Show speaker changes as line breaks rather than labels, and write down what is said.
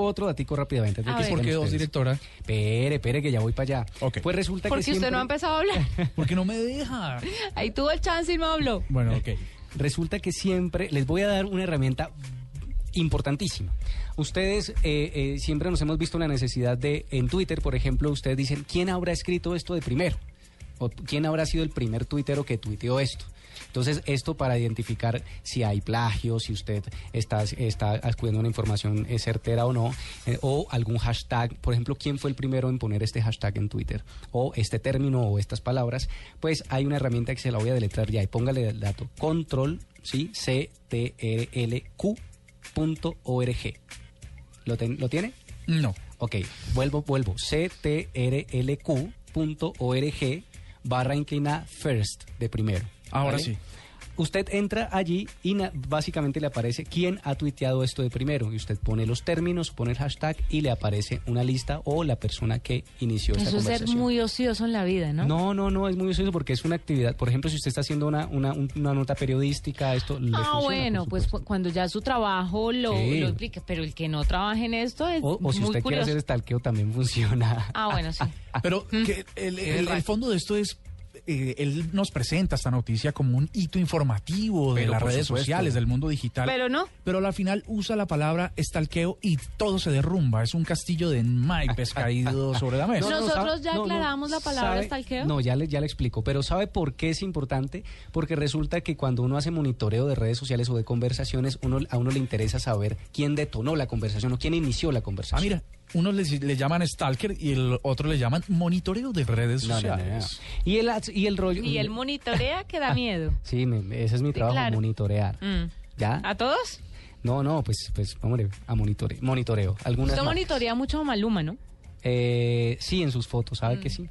Otro datico rápidamente. antes de
A
que
ver.
sigan
¿Por qué dos,
ustedes.
directora?
Pere, pere, que ya voy para allá.
Ok.
Pues resulta
Porque
que siempre,
usted no ha empezado a hablar.
Porque no me deja.
Ahí tuvo el chance y no habló.
Bueno, ok.
resulta que siempre les voy a dar una herramienta importantísima. Ustedes eh, eh, siempre nos hemos visto en la necesidad de, en Twitter, por ejemplo, ustedes dicen, ¿quién habrá escrito esto de primero? ¿O quién habrá sido el primer tuitero que tuiteó esto? Entonces, esto para identificar si hay plagio, si usted está, está acudiendo a una información eh, certera o no, eh, o algún hashtag, por ejemplo, quién fue el primero en poner este hashtag en Twitter, o este término o estas palabras, pues hay una herramienta que se la voy a deletrar ya y póngale el dato, control, ¿sí? C-T-R-L-Q.org. ¿Lo, ten- ¿Lo tiene?
No.
Ok, vuelvo, vuelvo. ctrlq.org barra inclina first de primero.
Ahora sí.
Usted entra allí y na- básicamente le aparece quién ha tuiteado esto de primero. Y usted pone los términos, pone el hashtag y le aparece una lista o la persona que inició esta
Eso es ser
conversación.
muy ocioso en la vida, ¿no?
No, no, no, es muy usual porque es una actividad. Por ejemplo, si usted está haciendo una, una, un- una nota periodística, esto le
Ah,
funciona, por
bueno, pues
supuesto.
cu- cuando ya su trabajo lo,
Sí.
lo explica, pero el que no trabaja en esto es
O, o si
muy
usted quiere
curioso.
hacer stalkeo también funciona.
Ah, Mm. bueno, sí.
Pero que el, el- el fondo de esto es, eh, él nos presenta esta noticia como un hito informativo de
Pero
las
por
redes
supuesto.
sociales, del mundo digital.
Pero no.
Pero al final usa la palabra estalqueo y todo se derrumba. Es un castillo de naipes caído sobre la mesa.
No, Nosotros ya aclaramos la palabra
sabe-
stalkeo.
No, ya le, ya le explico. Pero ¿sabe por qué es importante? Porque resulta que cuando uno hace monitoreo de redes sociales o de conversaciones, uno, a uno le interesa saber quién detonó la conversación o quién inició la conversación.
Ah, mira, unos le, le llaman stalker y el otro le llaman monitoreo de redes
No, no, no,
sociales.
no. Y el, ads- y el rollo...
Y él monitorea que
Ah.
da miedo.
Sí, me- me- ese es mi trabajo,
claro.
monitorear.
Mm.
¿Ya?
¿A todos?
No, no, pues, pues hombre, a monitore, monitoreo. Algunas
Usted
marcas.
monitorea mucho a Maluma, ¿no? Mm.
Eh, sí, en sus fotos, ¿sabe que sí?